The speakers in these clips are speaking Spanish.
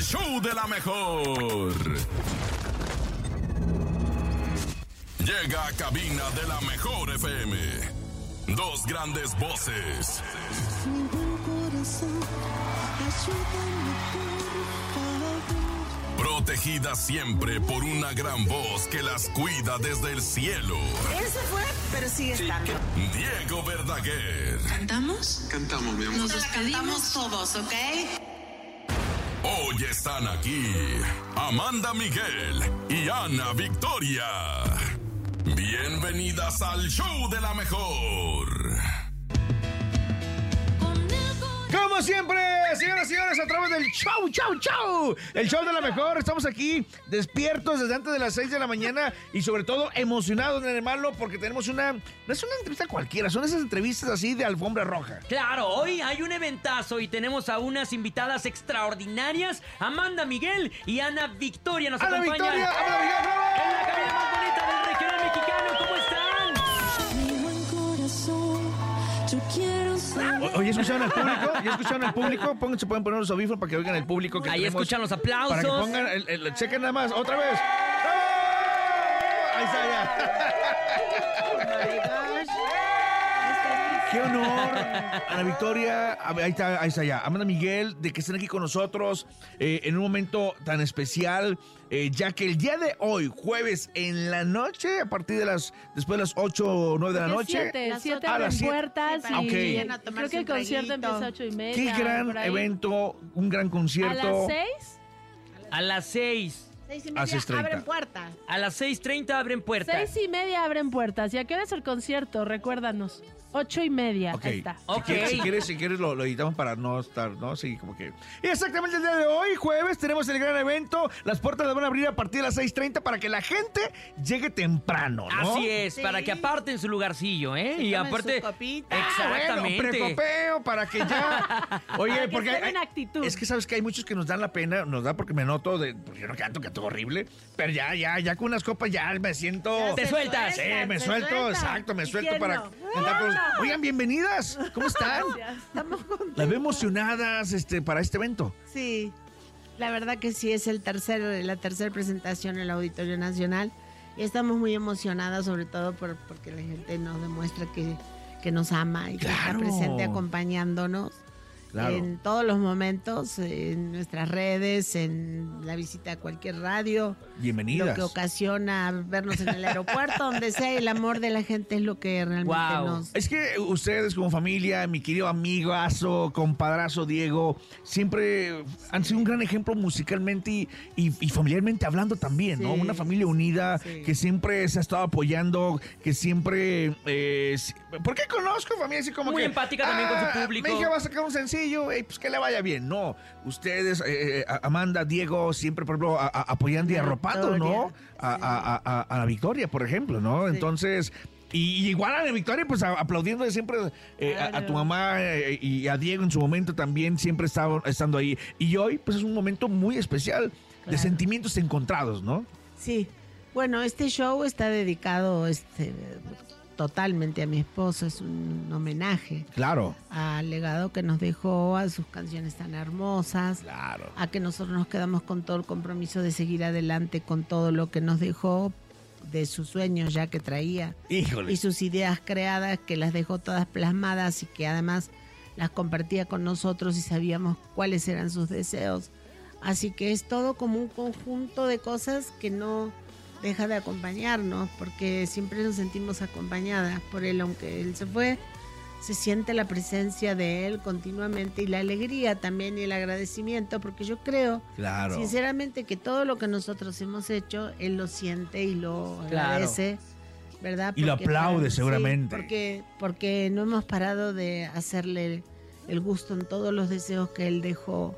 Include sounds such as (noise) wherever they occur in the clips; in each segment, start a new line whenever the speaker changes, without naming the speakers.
show de la mejor. Llega a cabina de la mejor FM. Dos grandes voces.
Mi buen corazón, ayúdame por favor.
Protegidas siempre por una gran voz que las cuida desde el cielo.
Él se fue, pero sigue estando.
Diego Verdaguer.
¿Cantamos?
Cantamos, mi amor.
Nos despedimos.
Cantamos todos, ¿ok?
Hoy están aquí Amanda Miguel y Ana Victoria. Bienvenidas al show de la mejor.
Como siempre, señoras y señores, a través del show, show, show. El show de la mejor. Estamos aquí despiertos desde antes de las 6 de la mañana y sobre todo emocionados en el malo porque tenemos una... No es una entrevista cualquiera, son esas entrevistas así de alfombra roja.
Claro, hoy hay un eventazo y tenemos a unas invitadas extraordinarias, Amanda Miguel y Ana Victoria nos
¡Ana
acompañan.
Victoria! ¡Ana Victoria!
En
¡Bravo!
la cabina más bonita del regional mexicano, ¿cómo están?
Mi buen corazón, yo quiero saber.
O- Oye, ¿escucharon al público? ¿Ya escucharon al público? Pónganse, pueden poner los audífonos para que oigan el público. Que
Ahí
tenemos.
escuchan los aplausos.
Para que pongan, el, el- chequen nada más, otra vez. ¡Bravo! Ahí está ya.
Oh
Qué honor, Ana Victoria. A ver, Ahí está, ahí está ya. Amanda Miguel, de que estén aquí con nosotros eh, en un momento tan especial, eh, ya que el día de hoy, jueves en la noche, a partir de las, después de las 8 o 9 de la noche.
Siete,
Las
siete
otras-
Ah, las
abren
siete.
puertas
Ah, ok.
y
Vayan
a
creo
tomarse
que
un
el concierto
traguito.
empieza a ocho y media.
Qué gran
por ahí.
evento, un gran
A
concierto.
las seis,
A las 6,
Seis y
media, Haces 30. abren
puerta.
a las 6.30 abren puertas.
seis y media abren puertas. ¿Y a qué hora es el concierto? Recuérdanos. Ocho y media.
Ok.
Ahí está.
Si
Ok.
quieres, si quieres, si quieres lo, lo editamos para no estar, ¿no? Sí, como que. Y Exactamente el día de hoy, jueves, tenemos el gran evento. Las puertas las van a abrir a partir de las 6:30 para que la gente llegue temprano, ¿no?
Así es,
Sí.
para que aparten su lugarcillo, ¿eh?
Se
y
tomen
aparte...
su copita. Ah,
Ah, Bueno,
Exactamente.
precopeo para que ya. Oye,
Para que
porque.
estén en actitud.
Es que sabes que hay muchos que nos dan la pena, nos da porque me noto de. Porque yo no canto, canto horrible. Pero ya, ya, ya con unas copas ya me siento.
Te sueltas.
Sí, me suelto, exacto, me suelto para cantar con los- Oigan, bienvenidas. ¿Cómo están?
Estamos contentos.
Las veo emocionadas este, para este evento.
Sí. La verdad que sí, es el tercer, la tercera presentación en el Auditorio Nacional. Y estamos muy emocionadas, sobre todo por, porque la gente nos demuestra que, que nos ama y que
Claro.
está presente acompañándonos.
Claro.
En todos los momentos, en nuestras redes, en la visita a cualquier radio, lo
Bienvenidas.
que ocasiona vernos en el aeropuerto, donde sea el amor de la gente es lo que realmente
Guau.
nos...
Es que ustedes como familia, mi querido amigazo, compadrazo Diego, siempre han sido un gran ejemplo musicalmente y, y- y familiarmente hablando también, ¿no?
Sí,
Una familia unida
sí.
que siempre se ha estado apoyando, que siempre... eh, si- porque conozco familia así como
Muy
que... "Ah,
empática también con su público".
Mi hija va a sacar un sencillo, ey, pues que le vaya bien. No, ustedes, eh, eh, a- Amanda, Diego, siempre, por ejemplo, a- a- apoyando y
La
arropando, ¿no?
Victoria,
A,
sí.
a- a- a- a la victoria, por ejemplo, ¿no?
Sí.
Entonces, y, y igual a la victoria, pues a- aplaudiendo siempre eh, a- a,
Claro.
tu mamá eh, y a Diego en su momento también, siempre estaba, estando ahí. Y hoy, pues es un momento muy especial de
Claro.
sentimientos encontrados, ¿no?
Sí, bueno, este show está dedicado este, totalmente a mi esposo, es un homenaje
Claro,
al legado que nos dejó, a sus canciones tan hermosas,
claro.
a que nosotros nos quedamos con todo el compromiso de seguir adelante con todo lo que nos dejó de sus sueños ya que traía
Híjole.
y sus ideas creadas que las dejó todas plasmadas y que además las compartía con nosotros y sabíamos cuáles eran sus deseos. Así que es todo como un conjunto de cosas que no deja de acompañarnos porque siempre nos sentimos acompañadas por él, aunque él se fue. Se siente la presencia de él continuamente y la alegría también y el agradecimiento porque yo creo
Claro.
Sinceramente que todo lo que nosotros hemos hecho, él lo siente y lo
Claro.
agradece, ¿verdad?
Y lo aplaude
sí,
seguramente.
porque, porque no hemos parado de hacerle el gusto en todos los deseos que él dejó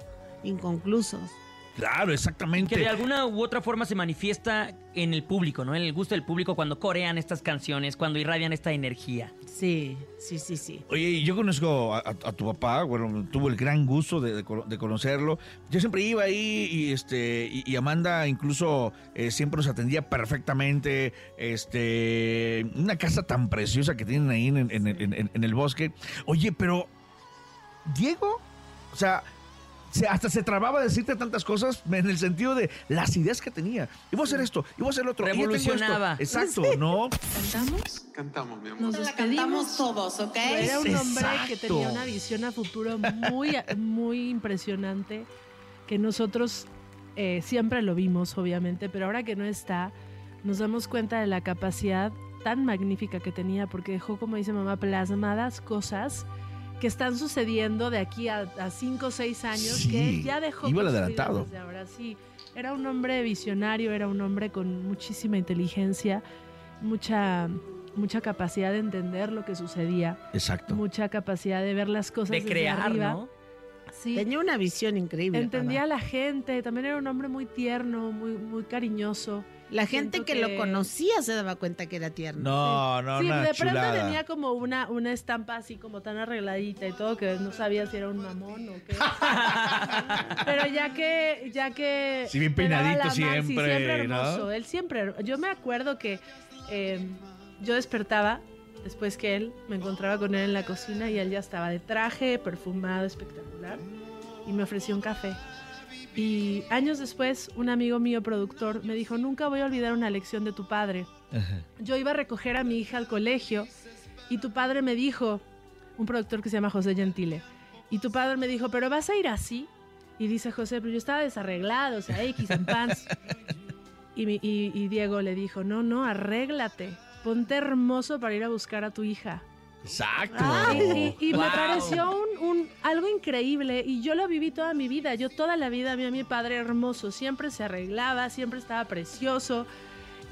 inconclusos.
Claro, exactamente.
Que de alguna u otra forma se manifiesta en el público, ¿no? En el gusto del público cuando corean estas canciones, cuando irradian esta energía.
Sí, sí, sí, sí.
Oye, y yo conozco a, a- a tu papá, bueno, tuvo el gran gusto de, de cono- de conocerlo. Yo siempre iba ahí y este y, y Amanda incluso eh, siempre nos atendía perfectamente. Este, una casa tan preciosa que tienen ahí en, en- en- en- en el bosque. Oye, pero Diego, o sea, se- hasta se trababa de decirte tantas cosas en el sentido de las ideas que tenía. Y vos hacer esto, y vos hacer lo otro. y yo tengo esto.
Revolucionaba.
Exacto, ¿no?
¿Cantamos?
Cantamos, mi amor.
Nos
La cantamos
despedimos.
todos, ¿ok?
Era un hombre que
Exacto.
tenía una visión a futuro muy, muy impresionante, que nosotros eh, siempre lo vimos, obviamente, pero ahora que no está, nos damos cuenta de la capacidad tan magnífica que tenía, porque dejó, como dice mamá, plasmadas cosas que están sucediendo de aquí a, a cinco o seis años,
Sí,
que él ya dejó.
iba al
construidas
adelantado.
desde ahora sí. Era un hombre visionario, era un hombre con muchísima inteligencia, mucha, mucha capacidad de entender lo que sucedía
Exacto.
mucha capacidad de ver las cosas
de
desde
crear,
arriba.
¿no?
Sí.
Tenía una visión increíble.
Entendía
papá.
a la gente, también era un hombre muy tierno, muy, muy cariñoso.
La gente
siento
que,
que-
lo conocía se daba cuenta que era tierno.
No, no,
sí,
una
de pronto
chulada.
tenía como una, una estampa así como tan arregladita y todo que no sabía si era un mamón o
(laughs)
qué. Pero ya que, ya que
Sí, bien
me daba la
peinadito
mano, sí,
siempre,
siempre
¿no?
hermoso. Él siempre, her- yo me acuerdo que eh, yo despertaba después que él me encontraba con él en la cocina y él ya estaba de traje, perfumado, espectacular y me ofreció un café. Y años después, un amigo mío productor me dijo, nunca voy a olvidar una lección de tu padre. Yo iba a recoger a mi hija al colegio y tu padre me dijo, un productor que se llama José Gentile, y tu padre me dijo, pero vas a ir así. Y dice José, pero yo estaba desarreglado, o sea, X en pants. Y, mi- y- y Diego le dijo, no, no, arréglate, ponte hermoso para ir a buscar a tu hija.
Exacto.
Ay, y, y me
Wow.
pareció un, un- algo increíble y yo lo viví toda mi vida. Yo toda la vida vi a mi padre hermoso, siempre se arreglaba, siempre estaba precioso.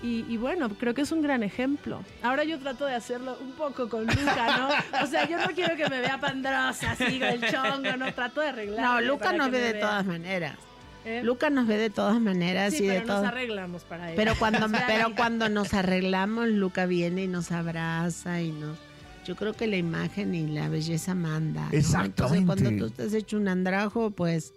Y, y bueno, creo que es un gran ejemplo. Ahora yo trato de hacerlo un poco con Luca, ¿no? O sea, yo no quiero que me vea pandrosa así con el chongo, no trato de arreglar.
No, Luca nos ve de todas maneras.
¿Eh?
Luca nos ve de todas maneras
sí,
y de
pero nos
todas.
arreglamos para él.
Pero cuando,
(laughs) O sea,
pero cuando nos arreglamos, Luca viene y nos abraza y nos. Yo creo que la imagen y la belleza manda. ¿no?
Exactamente.
Entonces, cuando tú estás hecho un andrajo,
(laughs)
pues.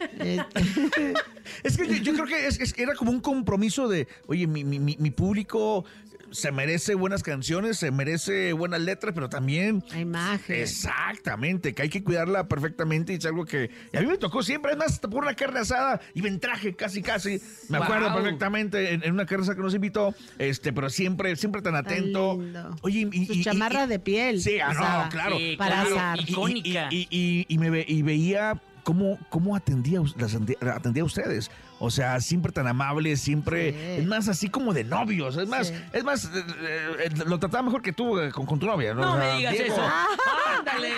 este,
Es que yo, yo creo que es- es que era como un compromiso de, oye, mi, mi- mi- mi público se merece buenas canciones, se merece buenas letras, pero también...
la imagen.
Exactamente, que hay que cuidarla perfectamente y es algo que... y a mí me tocó siempre, es más, por una carne asada y me en traje casi, casi. Me acuerdo
Wow.
perfectamente en, en una carne asada que nos invitó, este, pero siempre, siempre tan atento.
lindo.
Oye, y- y...
Su
y- y-
chamarra de piel.
Sí, ah,
usaba.
no, claro.
Sí,
Para
claro,
azar.
Y- y-
icónica.
Y, y- y me ve- y veía cómo, cómo atendía, us- las ante- atendía a ustedes. O sea, siempre tan amables, siempre.
Sí.
Es más, así como de novios. Es más,
Sí.
es más, eh, eh, eh, lo trataba mejor que tú eh, con, con tu novia.
no
O sea,
me digas
Diego,
eso.
(laughs)
Ándale.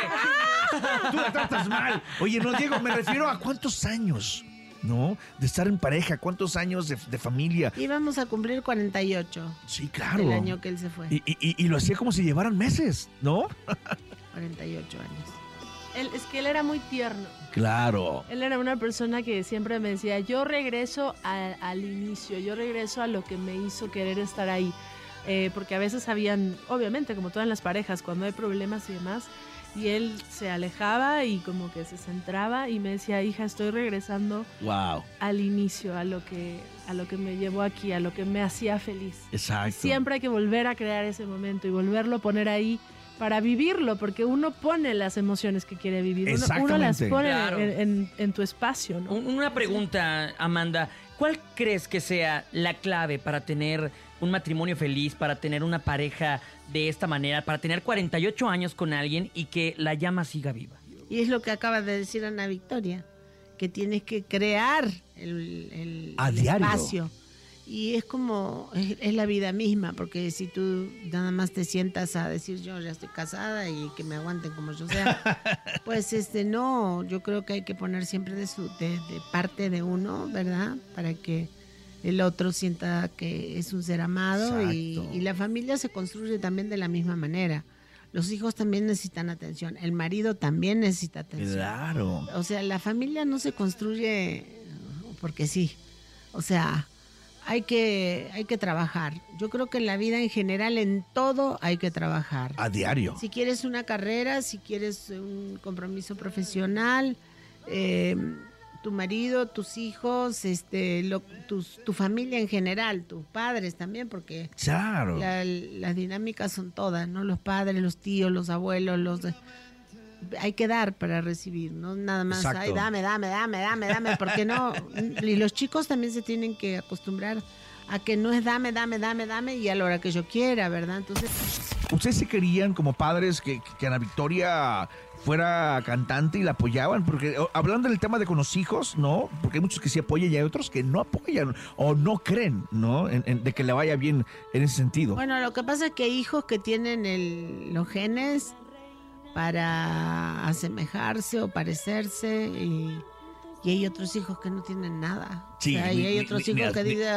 Tú la tratas mal. Oye, no, Diego, me refiero a cuántos años, ¿no? De estar en pareja, cuántos años de, de familia.
Íbamos a cumplir 48
Sí, claro.
el año que él se fue.
Y, y- y- y lo hacía como si llevaran meses, ¿no?
48 años.
él- es que él era muy tierno.
Claro.
Él era una persona que siempre me decía, yo regreso a- al inicio, yo regreso a lo que me hizo querer estar ahí. Eh, porque a veces habían, obviamente, como todas las parejas, cuando hay problemas y demás, y él se alejaba y como que se centraba y me decía, hija, estoy regresando
Wow.
al inicio, a lo que, a lo que me llevó aquí, a lo que me hacía feliz.
Exacto.
Siempre hay que volver a crear ese momento y volverlo a poner ahí para vivirlo, porque uno pone las emociones que quiere vivir. Uno, uno las
Exactamente.
pone
Claro.
en, en- en tu espacio, ¿no?
Un- Una pregunta, Amanda. ¿Cuál crees que sea la clave para tener un matrimonio feliz, para tener una pareja de esta manera, para tener 48 años con alguien y que la llama siga viva?
Y es lo que acaba de decir Ana Victoria, que tienes que crear el, el-
A
el
diario.
espacio. Y es como, es, es la vida misma, porque si tú nada más te sientas a decir yo ya estoy casada y que me aguanten como yo
(laughs)
sea, pues este no, yo creo que hay que poner siempre de, su, de, de parte de uno, ¿verdad? Para que el otro sienta que es un ser amado y,
Exacto.
y la familia se construye también de la misma manera. Los hijos también necesitan atención, el marido también necesita atención.
Claro.
O sea, la familia no se construye eh, porque sí. O sea, hay que, hay que trabajar. Yo creo que en la vida en general, en todo, hay que trabajar.
A diario.
Si quieres una carrera, si quieres un compromiso profesional, eh, tu marido, tus hijos, este, lo- tus- tu familia en general, tus padres también, porque
Claro.
la- las dinámicas son todas, ¿no? Los padres, los tíos, los abuelos, los... hay que dar para recibir, no nada más,
Exacto.
ay, dame, dame, dame, dame, dame, porque no, y los chicos también se tienen que acostumbrar a que no es dame, dame, dame, dame y a la hora que yo quiera, ¿verdad? Entonces,
¿Ustedes se querían como padres que, que Ana Victoria fuera cantante y la apoyaban? Porque o, hablando del tema de con los hijos, ¿no? Porque hay muchos que sí apoyan y hay otros que no apoyan o no creen, ¿no? En- en- de que le vaya bien en ese sentido.
bueno, lo que pasa es que hay hijos que tienen el- los genes para asemejarse o parecerse y, y hay otros hijos que no tienen nada. O
Sí,
sea,
ni-
y hay
ni-
otros
ni- ni
hijos
a-
que
ni-
dicen,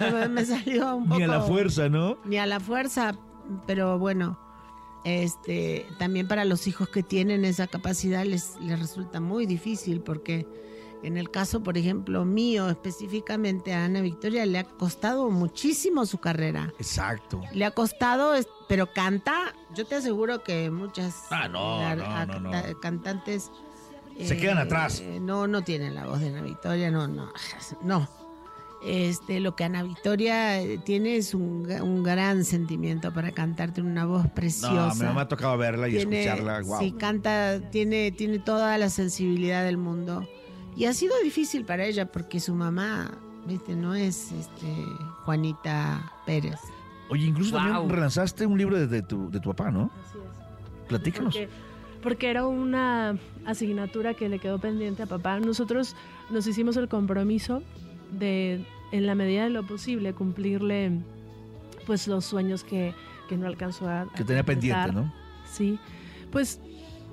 ay, me salió un poco...
(laughs) Ni a la fuerza, ¿no?
ni a la fuerza, pero bueno, este también para los hijos que tienen esa capacidad les, les resulta muy difícil porque en el caso, por ejemplo, mío específicamente a Ana Victoria le ha costado muchísimo su carrera.
Exacto.
Le ha costado, es- pero canta, yo te aseguro que muchas
Ah, no,
la-
no,
a-
no, no.
canta- cantantes eh,
Se quedan atrás.
No, no tienen la voz de Ana Victoria, no, no, no. Este, lo que Ana Victoria eh, tiene es un, ga- un gran sentimiento para cantarte una voz
No,
preciosa.
mi mamá ha tocado verla y
Tiene-
escucharla. Wow.
Sí, canta, tiene, tiene toda la sensibilidad del mundo. Y ha sido difícil para ella porque su mamá, viste, no es este, Juanita Pérez.
Oye, incluso
Wow.
también relanzaste un libro de, de tu, de tu papá, ¿no?
Así es.
Platícanos.
Porque, porque era una asignatura que le quedó pendiente a papá. Nosotros nos hicimos el compromiso de, en la medida de lo posible, cumplirle pues los sueños que, que no alcanzó a... a
Que tenía pendiente,
completar.
¿no?
Sí. Pues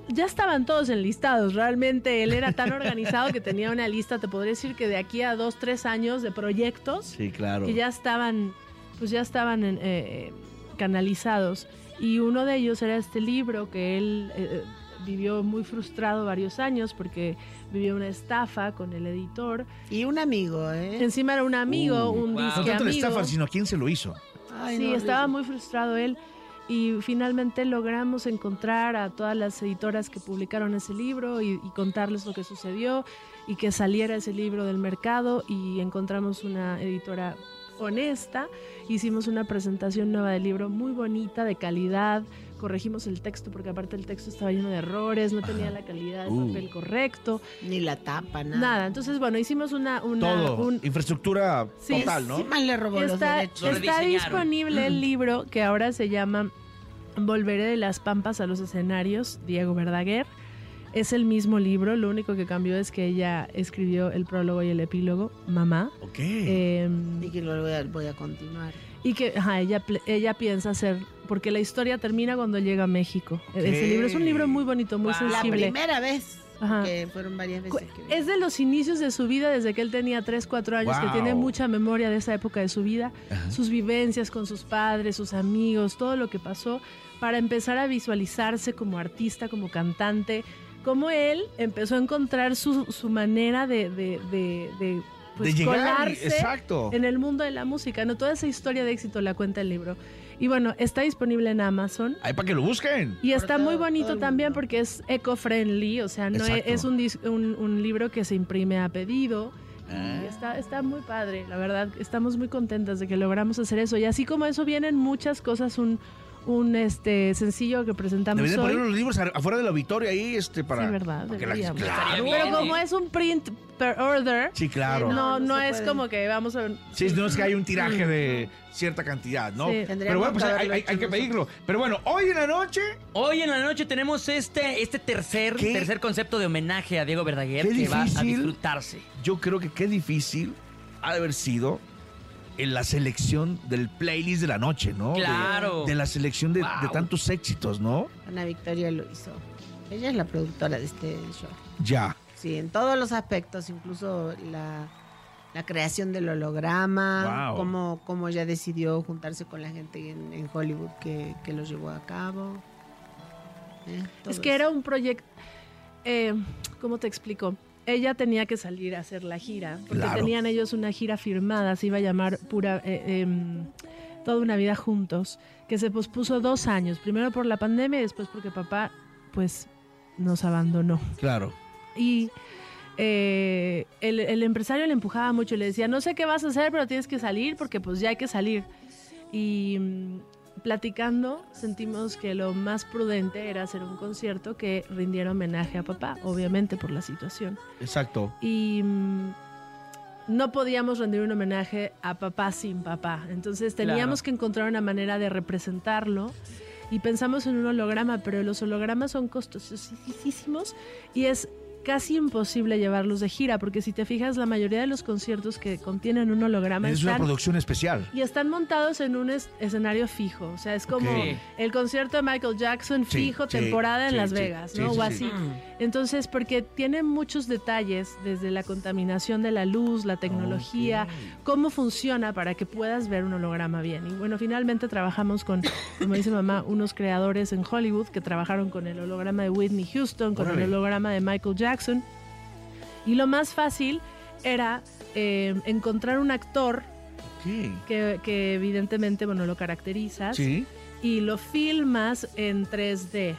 ya estaban todos enlistados, realmente. Él era tan organizado que tenía una lista, te podría decir que de aquí a dos, tres años de proyectos
Sí, claro.
que ya estaban, pues ya estaban en, eh, canalizados. Y uno de ellos era este libro que él eh, eh, vivió muy frustrado varios años porque vivió una estafa con el editor.
Y un amigo, ¿eh?
Encima era un amigo,
Uh,
un
wow.
No
disque
tanto la
amigo.
estafa, sino quién se lo hizo.
Ay,
sí,
no,
estaba muy frustrado él. Y finalmente logramos encontrar a todas las editoras que publicaron ese libro y, y contarles lo que sucedió y que saliera ese libro del mercado y encontramos una editora honesta. Hicimos una presentación nueva del libro muy bonita, de calidad. Corregimos el texto porque aparte el texto estaba lleno de errores, no tenía la calidad del
Uh.
papel correcto,
Ni la tapa, nada.
nada. Entonces, bueno, hicimos una... una
Todo.
un-
Infraestructura
Sí,
total, ¿no?
Sí, más le robó los
Está,
derechos.
Lo
está
rediseñaron.
disponible el libro que ahora se llama Volveré de las Pampas a los escenarios, Diego Verdaguer. Es el mismo libro, lo único que cambió es que ella escribió el prólogo y el epílogo, mamá.
Ok.
Eh,
Y que lo voy a, voy a continuar.
y que ajá, ella, ple- ella piensa hacer, porque la historia termina cuando llega a México. Ese libro es un libro muy bonito, muy
La
Wow.
sensible.
primera vez,
Ajá.
que fueron varias
Cu-
veces que vi.
Es de los inicios de su vida, desde que él tenía 3, 4 años, que
Wow.
tiene mucha memoria de esa época de su vida,
Ajá.
sus vivencias con sus padres, sus amigos, todo lo que pasó, para empezar a visualizarse como artista, como cantante, cómo él empezó a encontrar su, su manera de, de, de- de, pues,
de llegar. y-
colarse
Exacto.
en el mundo de la música. ¿no? Toda esa historia de éxito la cuenta el libro. Y bueno, está disponible en Amazon.
Ahí para que lo busquen.
Y
Por
está
todo-
muy
todo
bonito
el
también
mundo.
porque es eco-friendly, o sea, no es,
Exacto.
es un, dis- un, un libro que se imprime a pedido.
Ah.
Y está, está muy padre, la verdad. Estamos muy contentas de que logramos hacer eso. Y así como eso vienen muchas cosas, un, un este sencillo que presentamos
Deberían poner
hoy.
los libros a- afuera del auditorio ahí, este, para.
Sí, verdad,
para que la-
deberíamos.
claro.
Estaría
Pero
bien,
como
¿eh?
es un print per order,
Sí, claro.
Sí,
no.
no, no,
No, no se
es
puede.
como que vamos a...
Sí, no es que hay un tiraje de cierta cantidad, ¿no?
Sí.
Pero bueno, pues hay, hay- hay que pedirlo. Pero bueno, hoy en la noche.
Hoy en la noche tenemos este, este tercer,
¿Qué?
tercer concepto de homenaje a Diego Verdaguer
Qué
que va a
difícil.
disfrutarse.
yo creo que qué difícil ha de haber sido en la selección del playlist de la noche, ¿no? De-
Claro.
De, la selección de,
Wow.
de tantos éxitos, ¿no?
Ana Victoria lo hizo. Ella es la productora de este show.
Ya.
Sí, en todos los aspectos, incluso la, la creación del holograma,
Wow.
cómo, cómo ella decidió juntarse con la gente en, en Hollywood que, que lo llevó a cabo. ¿Eh? Todo
Es que
eso.
era un proyecto. eh, ¿Cómo te explico? Ella tenía que salir a hacer la gira, porque
Claro.
tenían ellos una gira firmada, se iba a llamar pura. eh, em, toda una vida juntos, que se pospuso dos años, primero por la pandemia y después porque papá, pues, nos abandonó.
Claro.
Y eh, el, el empresario le empujaba mucho y le decía, no sé qué vas a hacer, pero tienes que salir porque pues ya hay que salir. Y mm, platicando, sentimos que lo más prudente era hacer un concierto que rindiera homenaje a papá, obviamente por la situación.
Exacto.
Y mm, no podíamos rendir un homenaje a papá sin papá. Entonces teníamos
Claro.
que encontrar una manera de representarlo. Y pensamos en un holograma, pero los hologramas son costosísimos y es casi imposible llevarlos de gira, porque si te fijas, la mayoría de los conciertos que contienen un holograma
Es una
están
producción especial.
y están montados en un es- escenario fijo. O sea, es como
Ok.
Sí.
el concierto de Michael Jackson
Sí,
fijo,
sí,
temporada
sí,
en Las
sí,
Vegas,
sí,
¿no?
sí,
o
sí.
así.
Mm.
Entonces, porque tiene muchos detalles, desde la contaminación de la luz, la tecnología, cómo funciona para que puedas ver un holograma bien. Y bueno, finalmente trabajamos con, como dice mamá, unos creadores en Hollywood que trabajaron con el holograma de Whitney Houston, con
Órale.
el holograma de Michael Jackson. Y lo más fácil era eh, encontrar un actor
Sí.
que, que evidentemente, bueno, lo caracterizas
Sí.
y lo filmas en 3D.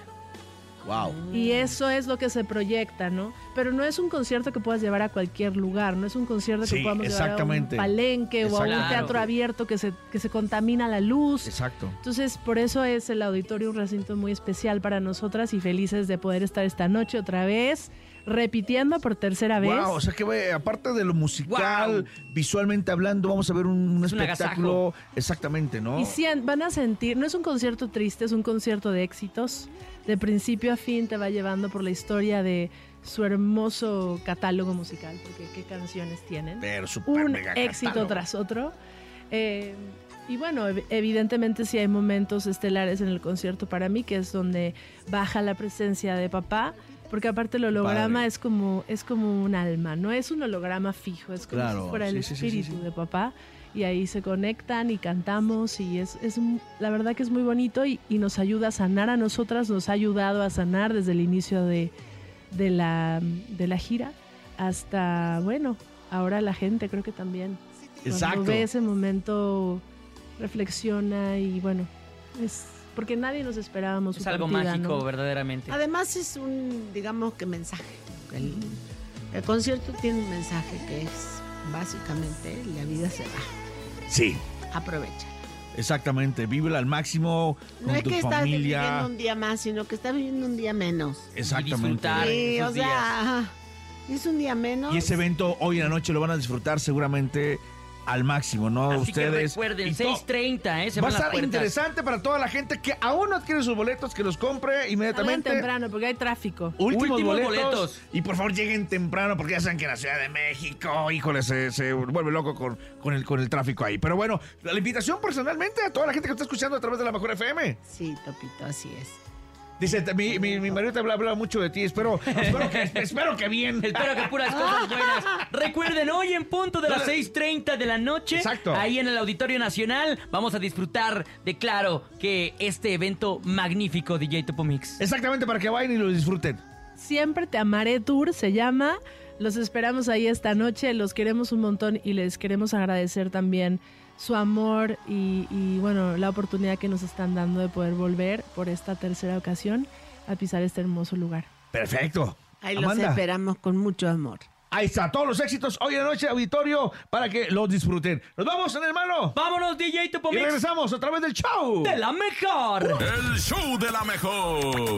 Wow.
Y eso es lo que se proyecta, ¿no? Pero no es un concierto que puedas llevar a cualquier lugar, no es un concierto
Sí,
que podamos llevar a un
exactamente.
palenque o a un
Exactamente.
teatro abierto que se, que se contamina la luz.
Exacto.
Entonces, por eso es el auditorio un recinto muy especial para nosotras y felices de poder estar esta noche otra vez, repitiendo por tercera vez.
Wow, o sea que eh, aparte de lo musical, visualmente hablando, vamos a ver un, un
Es un
espectáculo. exactamente, ¿no?
Y sien- van a sentir, no es un concierto triste, es un concierto de éxitos. De principio a fin te va llevando por la historia de su hermoso catálogo musical, porque qué canciones tienen.
Pero super
Un
mega
éxito
catálogo.
tras otro. Eh, y bueno, ev- evidentemente sí hay momentos estelares en el concierto para mí, que es donde baja la presencia de papá. Porque aparte el holograma
padre.
es como, es como un alma, no es un holograma fijo, es como
Claro,
si fuera el
sí, sí, sí, sí,
espíritu
sí.
de papá y ahí se conectan y cantamos y es, es un- la verdad que es muy bonito y, y nos ayuda a sanar a nosotras, nos ha ayudado a sanar desde el inicio de, de la, de la gira hasta, bueno, ahora la gente creo que también.
Exacto.
Cuando ve ese momento reflexiona y bueno, es porque nadie nos esperábamos.
Es algo mágico, verdaderamente.
Además es un, digamos que mensaje. El, el concierto tiene un mensaje que es básicamente la vida se va.
Sí,
Aprovecha.
exactamente. Vívela al máximo con
No es
tu
que estás viviendo
familia.
un día más, sino que estás viviendo un día menos.
Y
Exactamente.
disfrutar.
Y,
Sí,
esos
o sea, es un día menos.
ese evento hoy en la noche lo van a disfrutar seguramente al máximo, ¿no?
Así que
Ustedes.
recuerden,
Y to-
6.30, ¿eh? Se
Va a
van las
estar
puertas.
interesante para toda la gente que aún no adquiere sus boletos, que los compre
También
inmediatamente.
temprano porque hay tráfico.
Últimos,
Últimos
boletos.
boletos.
Y por favor lleguen temprano porque ya saben que la Ciudad de México, híjole, se, se vuelve loco con, con, el, con el tráfico ahí. Pero bueno, la invitación personalmente a toda la gente que está escuchando a través de la Mejor FM.
Sí, Topito, así es.
Dice, mi, mi, mi marido te habla, habla mucho de ti, espero, espero,
(laughs)
que, espero que bien.
Espero que puras cosas buenas. Recuerden, hoy en punto de las 6.30 de la noche,
Exacto.
ahí en el Auditorio Nacional, vamos a disfrutar de, claro, que este evento magnífico DJ Topo Mix.
Exactamente, para que vayan y lo disfruten.
Siempre te amaré tour se llama. Los esperamos ahí esta noche, los queremos un montón y les queremos agradecer también su amor y, y, bueno, la oportunidad que nos están dando de poder volver por esta tercera ocasión a pisar este hermoso lugar.
Perfecto.
Ahí los
Amanda,
esperamos con mucho amor.
ahí está, todos los éxitos hoy en la noche, auditorio, para que los disfruten. Nos vamos en el mano
¡Vámonos, DJ Topo
y
Mix!
regresamos a través del show.
¡De la mejor!
El show de la mejor.